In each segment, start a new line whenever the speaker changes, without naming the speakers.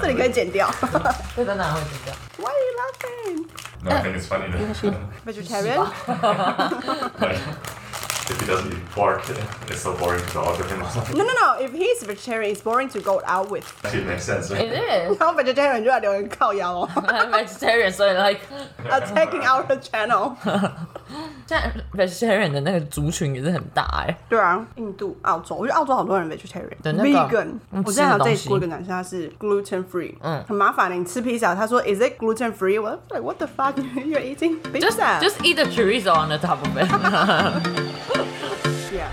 这里可以剪掉。
这真的很会剪掉。
Why are you laughing?
No, I think it's funny that
Vegetarian?
like, if he doesn't eat pork, it's so boring to go out with him or something.
No, no, no. If he's vegetarian, it's boring to go out with.
Actually, it makes sense, right?
It is
然后 vegetarian 就来留言靠腰哦
I'm vegetarian，所以 like
，attacking our channel。
现在 vegetarian 的那个族群也是很大哎、
对啊，印度、澳洲，我觉得澳洲好多人 vegetarian、
对那个
vegan
嗯。
我之前还有在
吃的东西
过一个男生，他是 gluten free，嗯，很麻烦的。你吃披萨，他说 Is it gluten free？我 like What the fuck you're eating
Just
pizza？
just eat the chorizo on the top of it 。
yeah。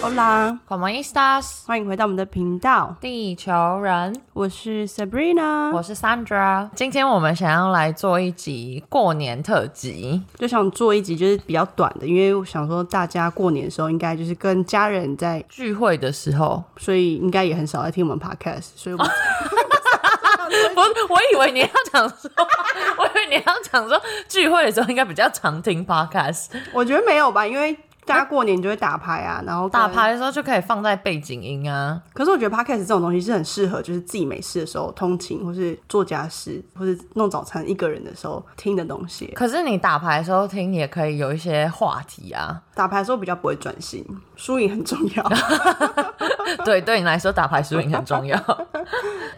Hola，
Como estas？
欢迎回到我们的频道，
地球人，
我是 Sabrina，
我是 Sandra。今天我们想要来做一集过年特辑，
就想做一集就是比较短的，因为我想说大家过年的时候应该就是跟家人在，
聚会的时候，
所以应该也很少在听我们 podcast，所以我们
我我以为你要讲说， 我以为你要讲说聚会的时候应该比较常听 podcast，
我觉得没有吧，因为大家过年就会打牌啊，然后
打。牌的时候就可以放在背景音啊。
可是我觉得 podcast 这种东西是很适合，就是自己没事的时候通勤，或是做家事，或是弄早餐一个人的时候听的东西。
可是你打牌的时候听也可以有一些话题啊。
打牌的时候比较不会专心，输赢很重要。
对，对你来说打牌输赢很重要，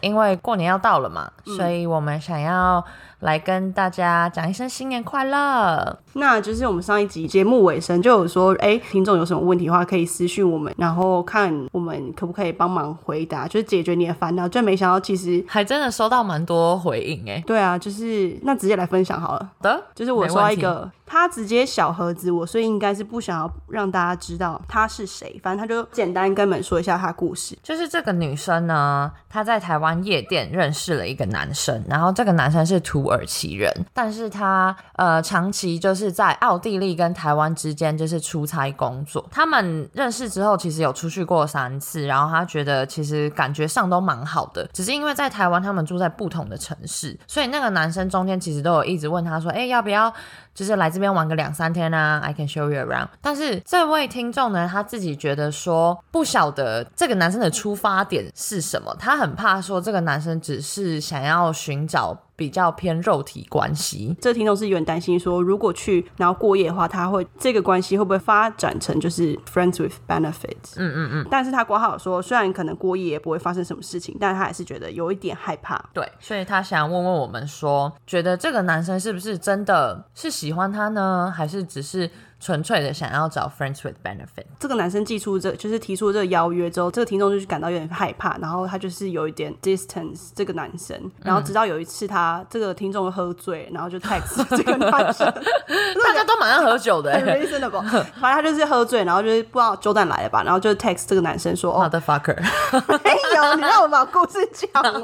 因为过年要到了嘛，
嗯
所以我们想要来跟大家讲一声新年快乐。
那就是我们上一集节目尾声就有说，哎、听众有什么问题的话可以私讯我们，然后看我们可不可以帮忙回答，就是解决你的烦恼。就没想到其实。
还真的收到蛮多回应哎、
对啊，就是那直接来分享好了。
好的，
就是我
没
收到
问
一个，他直接小盒子我，所以应该是不想要让大家知道他是谁。反正他就简单跟你们说一下他的故事。
就是这个女生呢，她在台湾夜店认识了一个男生，然后这个男生是土耳其人，但是他呃长期就是在奥地利跟台湾之间就是出差工作。他们认识之后，其实有出去过三次，然后他觉得其实感觉上都蛮好的，只是因为在台湾他们住在不同的城市，所以那个男生中间其实都有一直问他说，哎、要不要就是来这边玩个两三天啊，I can show you around。但是这位听众呢，他自己觉得说不晓得这个男生的出发点是什么，他很怕说这个男生只是想要寻找比较偏肉体关系。
这个听众是有点担心说，如果去然后过夜的话，他会这个关系会不会发展成就是 friends with benefits？嗯嗯嗯。但是他挂号说，虽然可能过夜也不会发生什么事情，但他还是觉得有一点害怕。
对，所以他想问问我们说，觉得这个男生是不是真的是喜欢他呢，还是只是纯粹的想要找 friends with benefit？
这个男生寄出这就是提出这个邀约之后，这个听众就是感到有点害怕，然后他就是有一点 distance 这个男生，然后直到有一次他这个听众喝醉，然后就 text 这个男生，
大家都蛮爱喝酒的、
很
欸。
reasonable，反正他就是喝醉，然后就是不知道 Jordan 来了吧，然后就 text 这个男生说 哦，
Motherfucker，
没有，你让我把故事讲完。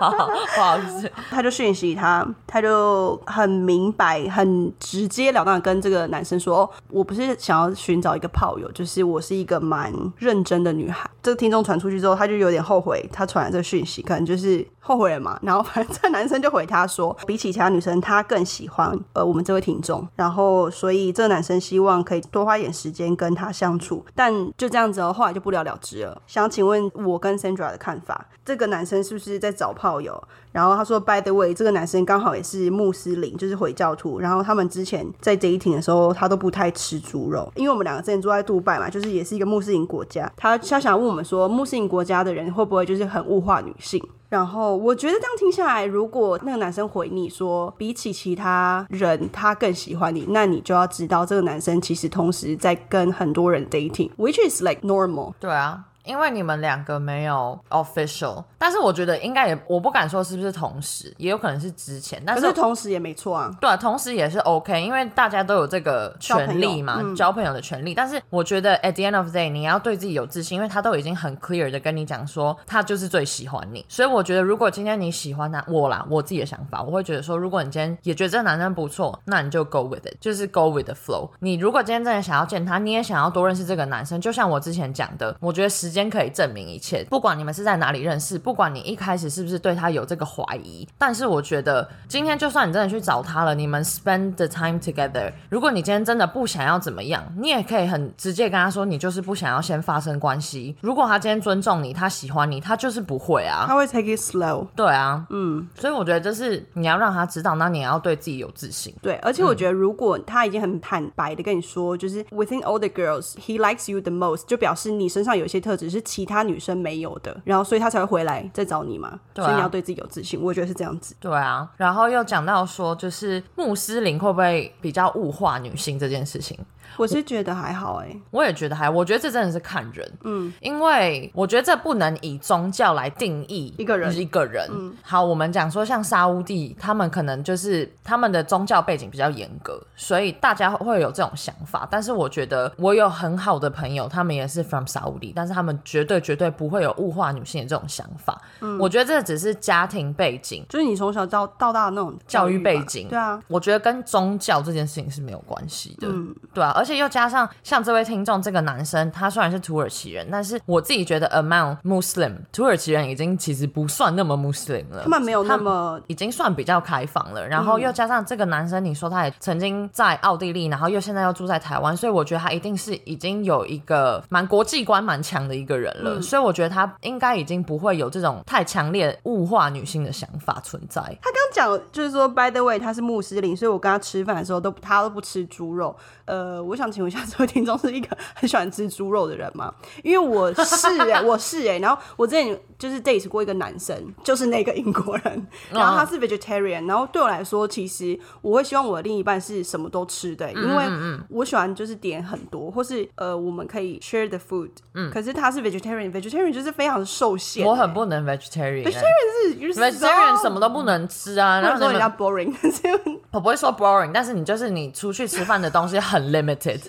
好不好意思，
他就讯息他，他就很明白、很直截了当的跟这个男生说：“哦，我不是想要寻找一个炮友，就是我是一个蛮认真的女孩。”这个听众传出去之后，他就有点后悔，他传来这个讯息，可能就是后悔了嘛。然后反正这男生就回他说：“比起其他女生，他更喜欢呃我们这位听众。”然后所以这个男生希望可以多花一点时间跟他相处，但就这样子哦，后来就不了了之了。想请问我跟 Sandra 的看法，这个男生是不是在找炮友？然后他说，By the way，这个男生刚好也是穆斯林，就是回教徒。然后他们之前在 dating 的时候，他都不太吃猪肉，因为我们两个之前住在杜拜嘛，就是也是一个穆斯林国家。他他想问我们说，穆斯林国家的人会不会就是很物化女性？然后我觉得这样听下来，如果那个男生回你说，比起其他人他更喜欢你，那你就要知道这个男生其实同时在跟很多人 dating，which is like normal。
对啊，因为你们两个没有 official，但是我觉得应该也，我不敢说是不是同时，也有可能是之前，但
可
是
是同时也没错啊。
对，同时也是 OK，因为大家都有这个权利嘛，
交
交
朋友
朋
嗯
友的权利。但是我觉得 at the end of the day，你要对自己有自信，因为他都已经很 clear 的跟你讲说他就是最喜欢你。所以我觉得，如果今天你喜欢他，我啦，我自己的想法，我会觉得说，如果你今天也觉得这个男生不错，那你就 go with it，就是 go with the flow。你如果今天真的想要见他，你也想要多认识这个男生，就像我之前讲的，我觉得时间可以证明一切。不管你们是在哪里认识，不管你一开始是不是对他有这个怀疑，但是我觉得今天就算你真的去找他了，你们 spend the time together，如果你今天真的不想要怎么样，你也可以很直接跟他说，你就是不想要先发生关系。如果他今天尊重你，他喜欢你，他就是不会啊。
他会 take it slow，
对啊，嗯，所以我觉得就是你要让他知道，那你也要对自己有自信。
对，而且我觉得如果他已经很坦白的跟你说，就是 within all the girls he likes you the most，就表示你身上有一些特质是其他女生没有的，然后所以他才会回来再找你嘛。
对啊
所以你要对自己有自信，我觉得是这样子。
对啊，然后又讲到说，就是穆斯林会不会比较物化女性这件事情，
我是觉得还好哎、
我也觉得还，我觉得这真的是看人，嗯，因为我觉得这不能以宗教来定义
一个人嗯
一个人。好，我们讲说像沙乌地，他们可能就是他们的宗教背景比较严格，所以大家会有这种想法。但是我觉得我有很好的朋友，他们也是 from 沙乌地，但是他们绝对绝对不会有物化女性的这种想法。
嗯
我觉得这只是家庭背景。
就是你从小到到大的那种
教育
吧
背景
对啊，嗯
我觉得跟宗教这件事情是没有关系的，对啊，而且又加上像这位听众这个男生，他虽然是土耳其人，但是我自己觉得 among Muslim 土耳其人已经其实不算那么 Muslim 了，
他们没有那么嗯
已经算比较开放了。然后又加上这个男生，你说他也曾经在奥地利，然后又现在又住在台湾，所以我觉得他一定是已经有一个蛮国际观蛮强的一个人
嗯
了。所以我觉得他应该已经不会有这种太强烈物化女性的想法存在。
他刚讲就是说，by the way，他是穆斯林，所以我跟他吃饭的时候都他都不吃猪肉。呃，我想请问一下，这位听众是一个很喜欢吃猪肉的人吗？因为我是哎、 我是哎、然后我之前就是 date 过一个男生，就是那个英国人，
嗯
然后他是 vegetarian，然后对我来说，其实我会希望我的另一半是什么都吃的、欸
嗯
因为我喜欢就是点很多，或是呃我们可以 share the food。嗯，可是他是 vegetarian，vegetarian 就是非常受限、
我很不能 vegetarian，欸、
就是就是
vegetarian 什么都不能吃啊，
不
然
能
后
说
你
人家
们
boring，但 是
我不会说 boring，但是你就是你出去吃饭的东西 很 limited，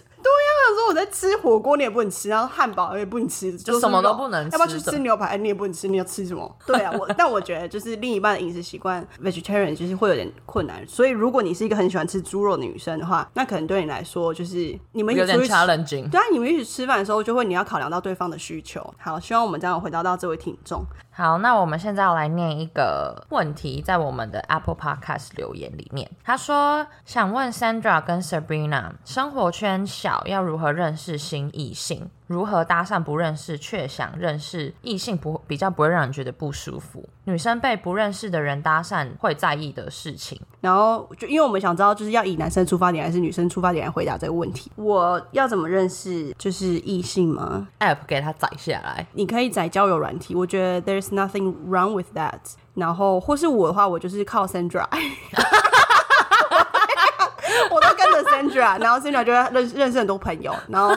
他说我在吃火锅，你也不能吃，然后汉堡也不能吃，就
什么
是肉
都不能吃
要不要去
怎
吃
么
牛排？哎你也不能吃，你要吃什么？ 对啊，我但我觉得就是另一半的饮食习惯，vegetarian 就是会有点困难。所以如果你是一个很喜欢吃猪肉的女生的话，那可能对你来说就是你们一
有
起
点
出去吃。
challenging。
对啊，你们一起吃饭的时候，就会你要考量到对方的需求。好，希望我们这样有回答到这位听众。
好，那我们现在要来念一个问题，在我们的 Apple Podcast 留言里面，他说想问 Sandra 跟 Sabrina，生活圈小要如何认识新异性？如何搭讪不认识却想认识异性不比较不会让人觉得不舒服？女生被不认识的人搭讪会在意的事情，
然后就因为我们想知道，就是要以男生出发点还是女生出发点来回答这个问题。我要怎么认识就是异性吗？
App 给他载下来。
你可以载交友软体，我觉得 there's nothing wrong with that。然后或是我的话，我就是靠 Sandra，我都跟着 Sandra，然后 Sandra 就会认认识很多朋友，然后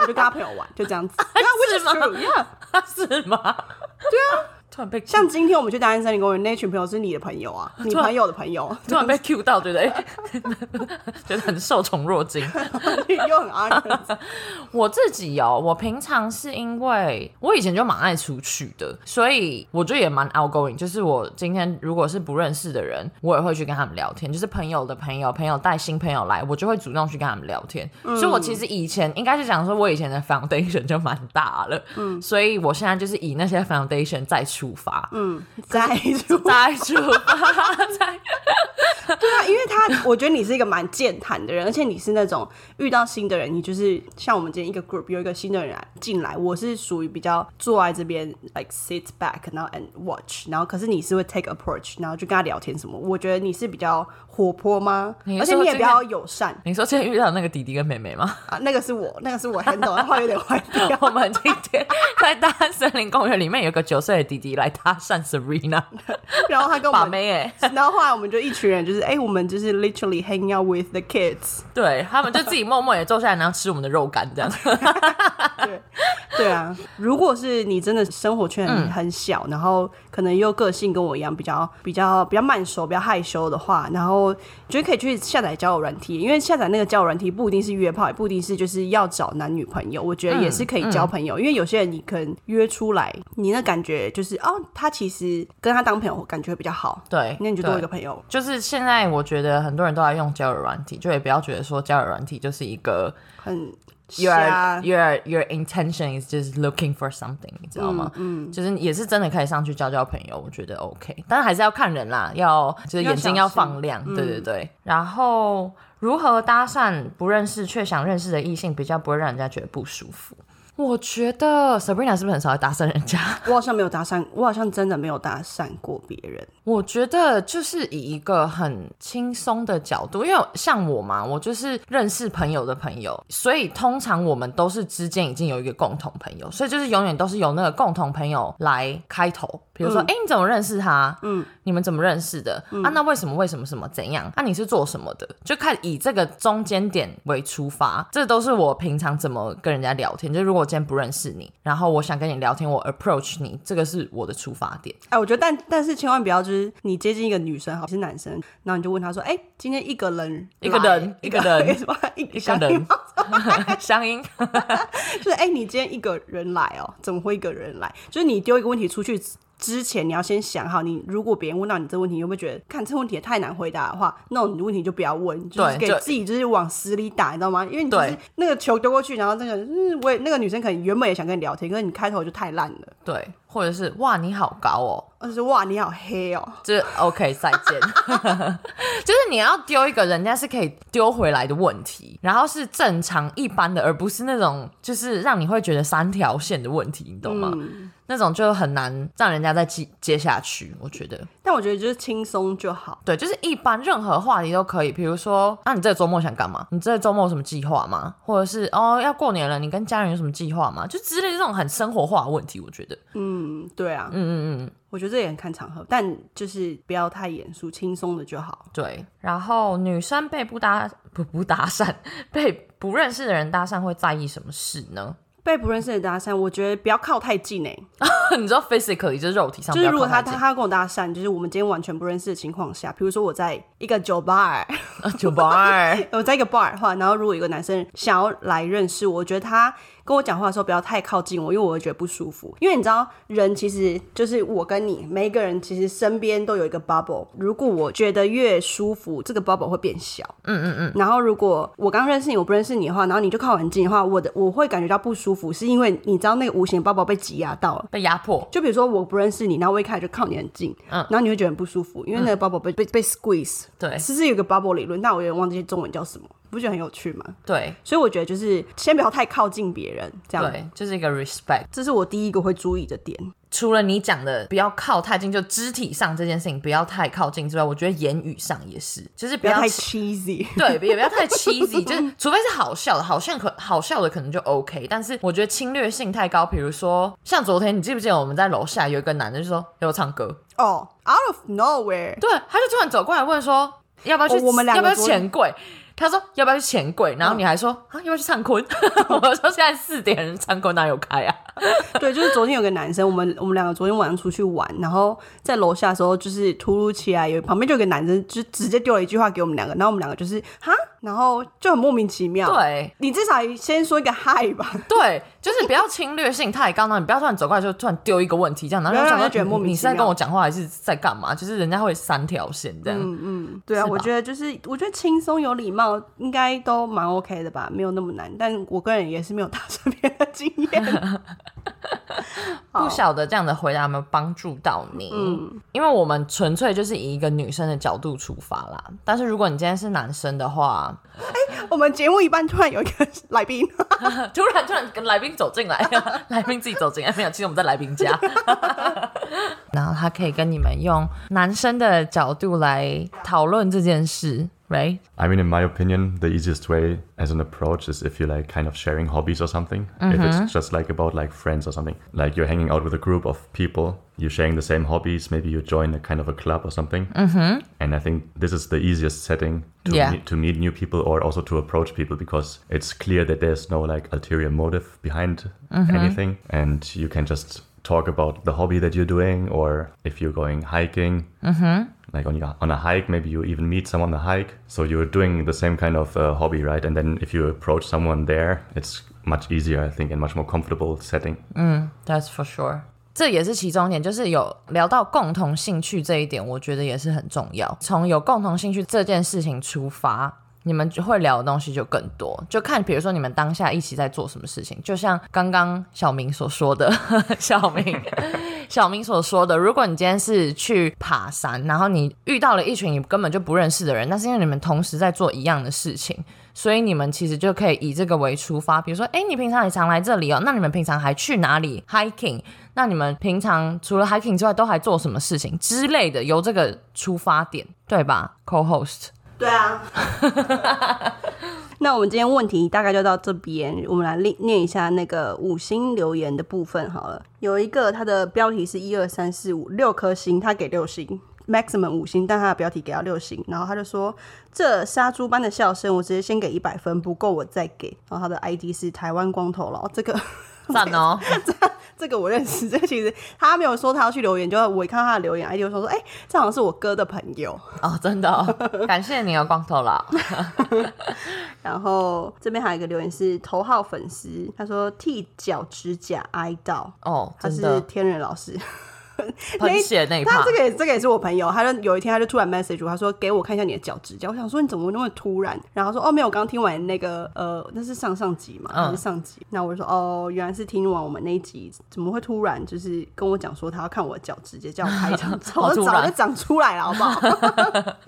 我就跟他朋友玩，就这样子。对啊，which is
吗
true, yeah。
是吗？对啊，突然被
像今天我们去大安森林公园，那群朋友是你的朋友啊，你朋友的朋友，
突然被 Q 到，觉得哎， 觉得很受宠若 惊。
又很 honest。
我自己哦，我平常是因为我以前就蛮爱出去的，所以我就也蛮 outgoing。就是我今天如果是不认识的人，我也会去跟他们聊天，就是朋友的朋友，朋友带新朋友来，我就会主动去跟他们聊天。所以我其实以前应该是讲说，我以前的 foundation 就蛮大了，嗯，所以我现在就是以那些 foundation 再出发，嗯，
再出
再出发，再
对啊，因为他，我觉得你是一个蛮健谈的人，而且你是那种遇到新的人，你就是像我们今天一个 group 有一个新的人来啊进来，我是属于比较坐在这边 like sit back，然后 and watch，然后可是你是会 take approach，然后就跟他聊天什么，我觉得你是比较活泼吗
你？
而且
说
你也
这
比
个
较友善
你说今天遇到那个弟弟跟妹 妹吗？
啊，那个是我，那个是我 handle，他话有点坏 掉。
我们今天在大安森林公园里面有个九岁的弟弟来搭讪 Serena，
然后他跟
把
我们，
妹哎、
然后后来我们就一群人，就是哎、我们就是 literally hanging out with the kids。
对他们就自己默默也坐下来，然后吃我们的肉干这样。
对，对啊，如果是你真的生活圈
嗯
很很小，然后可能又个性跟我一样比较比较比较慢熟、比较害羞的话，然后觉得可以去下载交友软体，因为下载那个交友软体不一定是约炮，也不一定是就是要找男女朋友，我觉得也是
嗯
可以交朋友，因为有些人你可能约出来，你那感觉就是哦，他其实跟他当朋友感觉会比较好，
对，
那你就
对
多一个朋友，
就是现在，我觉得很多人都在用交友软体，就也不要觉得说交友软体就是一个
很
your
瞎
your your intention is just looking for something，你知道吗？嗯，就是也是真的可以上去交交朋友，我觉得 OK，但还是要看人啦，要就是眼睛要嗯放亮，对对对。然后如何搭讪不认识却想认识的异性，比较不会让人家觉得不舒服。我觉得 Sabrina 是不是很少会搭讪人家？
我好像没有搭讪，我好像真的没有搭讪过别人。
我觉得就是以一个很轻松的角度，因为像我嘛，我就是认识朋友的朋友，所以通常我们都是之间已经有一个共同朋友，所以就是永远都是由那个共同朋友来开头。比如说，哎、你怎么认识他？嗯，你们怎么认识的？啊，那为什么为什么什么怎样？啊，你是做什么的？就看以这个中间点为出发，这都是我平常怎么跟人家聊天。就是如果我今天不认识你，然后我想跟你聊天，我 approach 你，这个是我的出发点。
哎，我觉得但但是千万不要就是你接近一个女生，好是男生，然后你就问他说，哎、今天一个人来，
一个人
一
一个人
什么一
一
一
个人，乡音，
就是哎、你今天一个人来哦、怎么会一个人来？就是你丢一个问题出去之前，你要先想好，你如果别人问到你这个问题，你会不会觉得，看这问题也太难回答的话，那种问题就不要问，就是
对
给
就
自己就是往死里打，你知道吗？因为你就是
对
那个球丢过去，然后那个嗯，我也那个女生可能原本也想跟你聊天，可是你开头就太烂了，
对，或者是哇你好高哦，
而是哇，你好黑哦、
就是 OK 再见， 就是你要丢一个人家是可以丢回来的问题，然后是正常一般的，而不是那种就是让你会觉得三条线的问题，你懂
嗯
吗？那种就很难让人家再接接下去，我觉得
但我觉得就是轻松就好。
对，就是一般任何话题都可以，比如说，啊那、你这个周末想干嘛？你这个周末有什么计划吗？或者是哦，要过年了，你跟家人有什么计划吗？就之类的这种很生活化的问题，我觉得。
嗯，对啊，嗯嗯嗯，我觉得这也很看场合，但就是不要太严肃，轻松的就好。
对，然后女生被不搭不不搭讪，被不认识的人搭讪会在意什么事呢？
被不认识的搭讪，我觉得不要靠太近哎、
你知道 physically 就是肉体上
就
哦不
是
要
如果
靠
他
太近，
他他跟我搭讪，就是我们今天完全不认识的情况下，比如说我在一个酒吧，欸
酒吧
我在一个 bar 的话，然后如果有个男生想要来认识我，我觉得他跟我讲话的时候不要太靠近我，因为我会觉得不舒服。因为你知道，人其实就是我跟你，每一个人其实身边都有一个 bubble。如果我觉得越舒服，这个 bubble 会变小。嗯嗯嗯。然后如果我刚认识你，我不认识你的话，然后你就靠我很近的话，我的我会感觉到不舒服，是因为你知道那个无形 bubble 被挤压到了。
被压迫，
就比如说我不认识你，然后我一开始就靠你很近，然后你会觉得很不舒服，因为那个 bubble 被、被被 squeeze，
对
是不是有个 bubble 理论？但我有点忘记中文叫什么，不觉得很有趣吗？
对
所以我觉得就是先不要太靠近别人，这样。
对，就是一个 respect。
这是我第一个会注意的点，
除了你讲的不要靠太近，就肢体上这件事情不要太靠近之外，我觉得言语上也是，就是
不
不
要
要
太
欺
cheesy。
对，也不要太 cheesy，就 是除非是好笑的，好像可好笑的可能就 OK，但是我觉得侵略性太高，比如说像昨天，你记不记得我们在楼下有一个男的就说要不要唱歌，
哦、o u t of nowhere，
对，他就突然走过来问说要不要去，
哦我们两
要
个
不要
昨天嗯
钱柜？他说要不要去钱柜？然后你还说、啊要不要去 唱坤？我说现在四点唱坤哪有开啊？
对，就是昨天有个男生，我们我们两个昨天晚上出去玩，然后在楼下的时候，就是突如其来有旁边就有个男生，就直接丢了一句话给我们两个，然后我们两个就是哈，然后就很莫名其妙。，
对
你至少先说一个嗨吧，
对，就是不要侵略性太高，那你不要突然走过来就突然丢一个问题这样，然
不
后就
要让
想说
人家觉得莫名
你你是在
其妙
跟我讲话还是在干嘛？就是人家会三条线这样。
对啊，
嗯是
我
吧
觉得就是，我觉得轻松有礼貌应该都蛮 OK 的吧，没有那么难。但我个人也是没有搭讪别人的经验。
不晓得这样的回答有没有帮助到你？
嗯
因为我们纯粹就是以一个女生的角度出发啦。但是如果你今天是男生的话，
我们节目一半突然有一个来宾，
突然突然跟来宾走进来，啊 来宾自己走进来，没有，其实我们在来宾 家。然后他可以跟你们用男生的角度来讨论这件事。 right?
I mean, in my opinion, the easiest way as an approach is if you like kind of sharing hobbies or something. If it's just like about like friends or something, like you're hanging out with a group of people, you're sharing the same hobbies, maybe you join a kind of a club or something. Mm-hmm. And I think this is the easiest setting to,
Yeah.
meet, to meet new people or also to approach people because it's clear that there's no like ulterior motive behind anything. And you can just talk about the hobby that you're doing or if you're going hiking like on your on a hike maybe you even meet someone on a hike so you're doing the same kind of uh, hobby right and then if you approach someone there it's much easier i think and much more comfortable setting
That's for sure。这也是其中一点，就是有聊到共同兴趣这一点，我觉得也是很重要。从有共同兴趣这件事情出发，你们就会聊的东西就更多。就看，比如说你们当下一起在做什么事情。就像刚刚小明所说的， 小明，小明所说的，如果你今天是去爬山，然后你遇到了一群你根本就不认识的人，但是因为你们同时在做一样的事情，所以你们其实就可以以这个为出发，比如说，哎，你平常也常来这里哦，那你们平常还去哪里 hiking？那你们平常除了 hiking 之外，都还做什么事情之类的？由这个出发点，对吧？Co-host，
对啊。 那我们今天问题大概就到这边，我们来念念一下那个五星留言的部分好了。有一个它的标题是一二三四五六颗星，他给六星，maximum 五星，但他的标题给到六星。然后他就说：“这杀猪般的笑声，我直接先给一百分，不够我再给。”然后他的 ID 是台湾光头佬，这个
赞哦！
这个我认识，这个其实他没有说他要去留言，就是我一看到他的留言 ID 我就说：“哎、这好像是我哥的朋友。”
哦，真的、哦，感谢你哦，光头佬。
然后这边还有一个留言是头号粉丝，他说剃脚指甲哀悼，
哦，
他
真
是
的，
天人老师。
喷血那一
他
趴
这，个也这个也是我朋友，他就有一天他就突然 message 我，他说给我看一下你的脚指甲。我想说你怎么那么突然？然后他说哦没有，我刚听完那个呃那是上上集嘛，
嗯
还是上集？那我就说哦原来是听完我们那一集，怎么会突然就是跟我讲说他要看我的脚指甲，叫我拍一张照？
好
我
突
说
然
早就长出来了，好不好？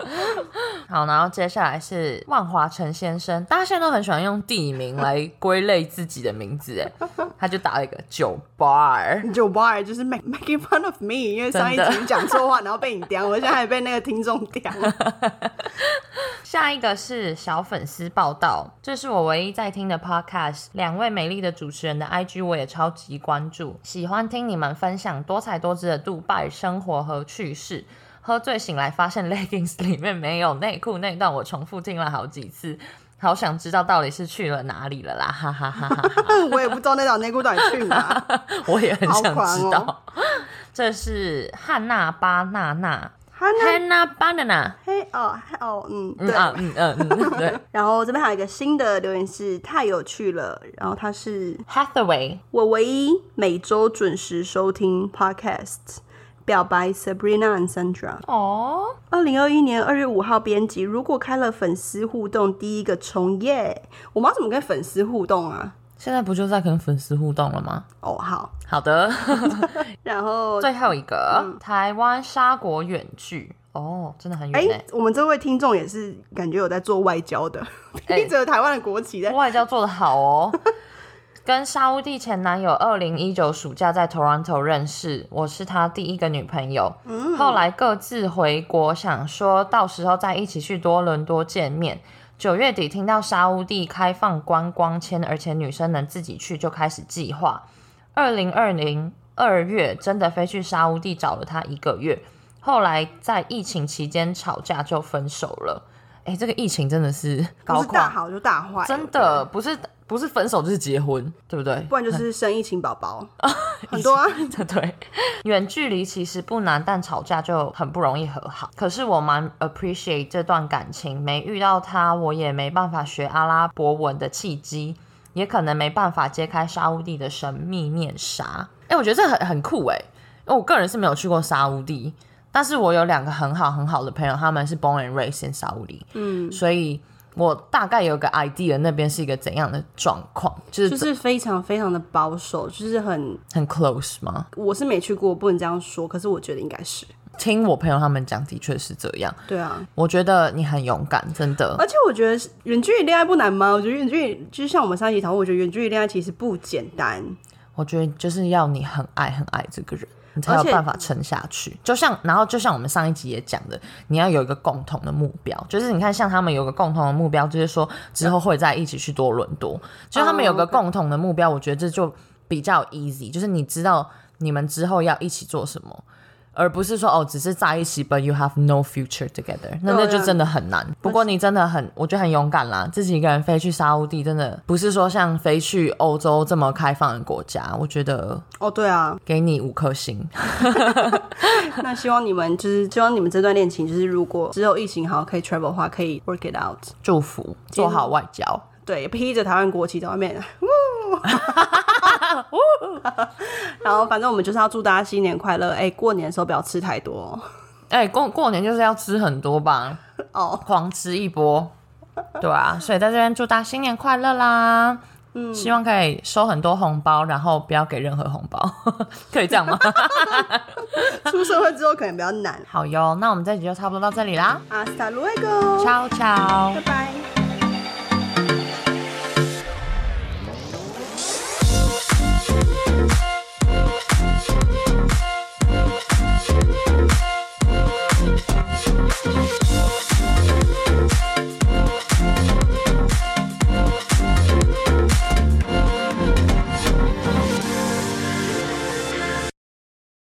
好，然后接下来是万华陈先生，大家现在都很喜欢用地名来归类自己的名字，哎，他就打了一个酒吧儿，
酒吧就是 make making fun of me，因为上一
真
集讲错话，然后被你刁，我现在还被那个听众刁。
下一个是小粉丝报道，这是我唯一在听的 podcast。两位美丽的主持人的 IG 我也超级关注，喜欢听你们分享多彩多姿的杜拜生活和趣事。喝醉醒来发现 leggings 里面没有内裤那段，我重复听了好几次，好想知道到底是去了哪里了啦，哈哈哈哈！
但 我也不知道那条内裤到底去 哪。
我也很
好
想
狂
知
哦
道。 这是汉娜巴娜娜
他那
，Hannah Banana，
嘿哦嘿哦嗯
嗯
对。
啊嗯嗯嗯， 对
然后这边还有一个新的留言是太有趣了，然后他是
，Hathaway，
我唯一每周准时收听 podcast。表白 Sabrina and Sandra，
哦。
二零二一年二月五号编辑。如果开了粉丝互动，第一个冲耶！我们要怎么跟粉丝互动啊？
现在不就在跟粉丝互动了吗？
哦，好，
好的，
然后
最后一个、
嗯
台湾沙国远距哦，真的很远
哎、
哎、
我们这位听众也是感觉有在做外交的，
哎
披着台湾的国旗在。
外交做得好哦。 跟沙乌地前男友二零一九暑假在 Toronto 认识，我是他第一个女朋友。
嗯
后来各自回国，想说到时候再一起去多伦多见面。九月底听到沙乌地开放观光签，而且女生能自己去，就开始计划。二零二零二月真的飞去沙乌地找了他一个月，后来在疫情期间吵架就分手了。哎，这个疫情真的是
不
搞
是大
垮，
好就大坏，
真的不是不是分手就是结婚，对不对
不？然就是生疫情宝宝，很多啊。
对，远距离其实不难，但吵架就很不容易和好。可是我蛮 appreciate 这段感情，没遇到他，我也没办法学阿拉伯文的契机，也可能没办法揭开沙乌地的神秘面纱。哎、我觉得这很很酷哎、因为我个人是没有去过沙乌地，但是我有两个很好很好的朋友，他们是 born and raised in 沙乌地，嗯，所以。我大概有个 idea 那边是一个怎样的状况，就是
就是非常非常的保守，就是很，
很 close 吗？
我是没去过，不能这样说，可是我觉得应该是，
听我朋友他们讲，的确是这样。
对啊。
我觉得你很勇敢，真的。
而且我觉得远距离恋爱不难吗？我觉得远距离，就是像我们上一集讨论，我觉得远距离恋爱其实不简单，
我觉得就是要你很爱很爱这个人，你才
而
有
且
办法撑下去。就像，然后就像我们上一集也讲的，你要有一个共同的目标，就是你看，像他们有个共同的目标，就是说之后会在一起去多伦多，就是他们有个共同的目标，我觉得这就比较 easy，就是你知道你们之后要一起做什么。而不是说哦，只是在一起，but you have no future together，那
对啊
那就真的很难。不过你真的很，我觉得很勇敢啦，自己一个人飞去沙乌地，真的不是说像飞去欧洲这么开放的国家。我觉得
哦，对 啊，
给你五颗星，
那希望你们就是希望你们这段恋情，就是如果之后疫情好可以 travel 的话，可以 work it out。
祝福，做好外交。
对，披着台湾国旗在外面，呜 然后反正我们就是要祝大家新年快乐。哎、过年的时候不要吃太多哦
哎、过过年就是要吃很多吧，
哦。
狂吃一 波。对啊，所以在这边祝大家新年快乐啦！嗯，希望可以收很多红包，然后不要给任何红包， 可以这样 吗？
出社会之后可能比较难。啊
好哟，那我们这集就差不多到这里啦，
Hasta luego，
ciao ciao
拜拜。
Thank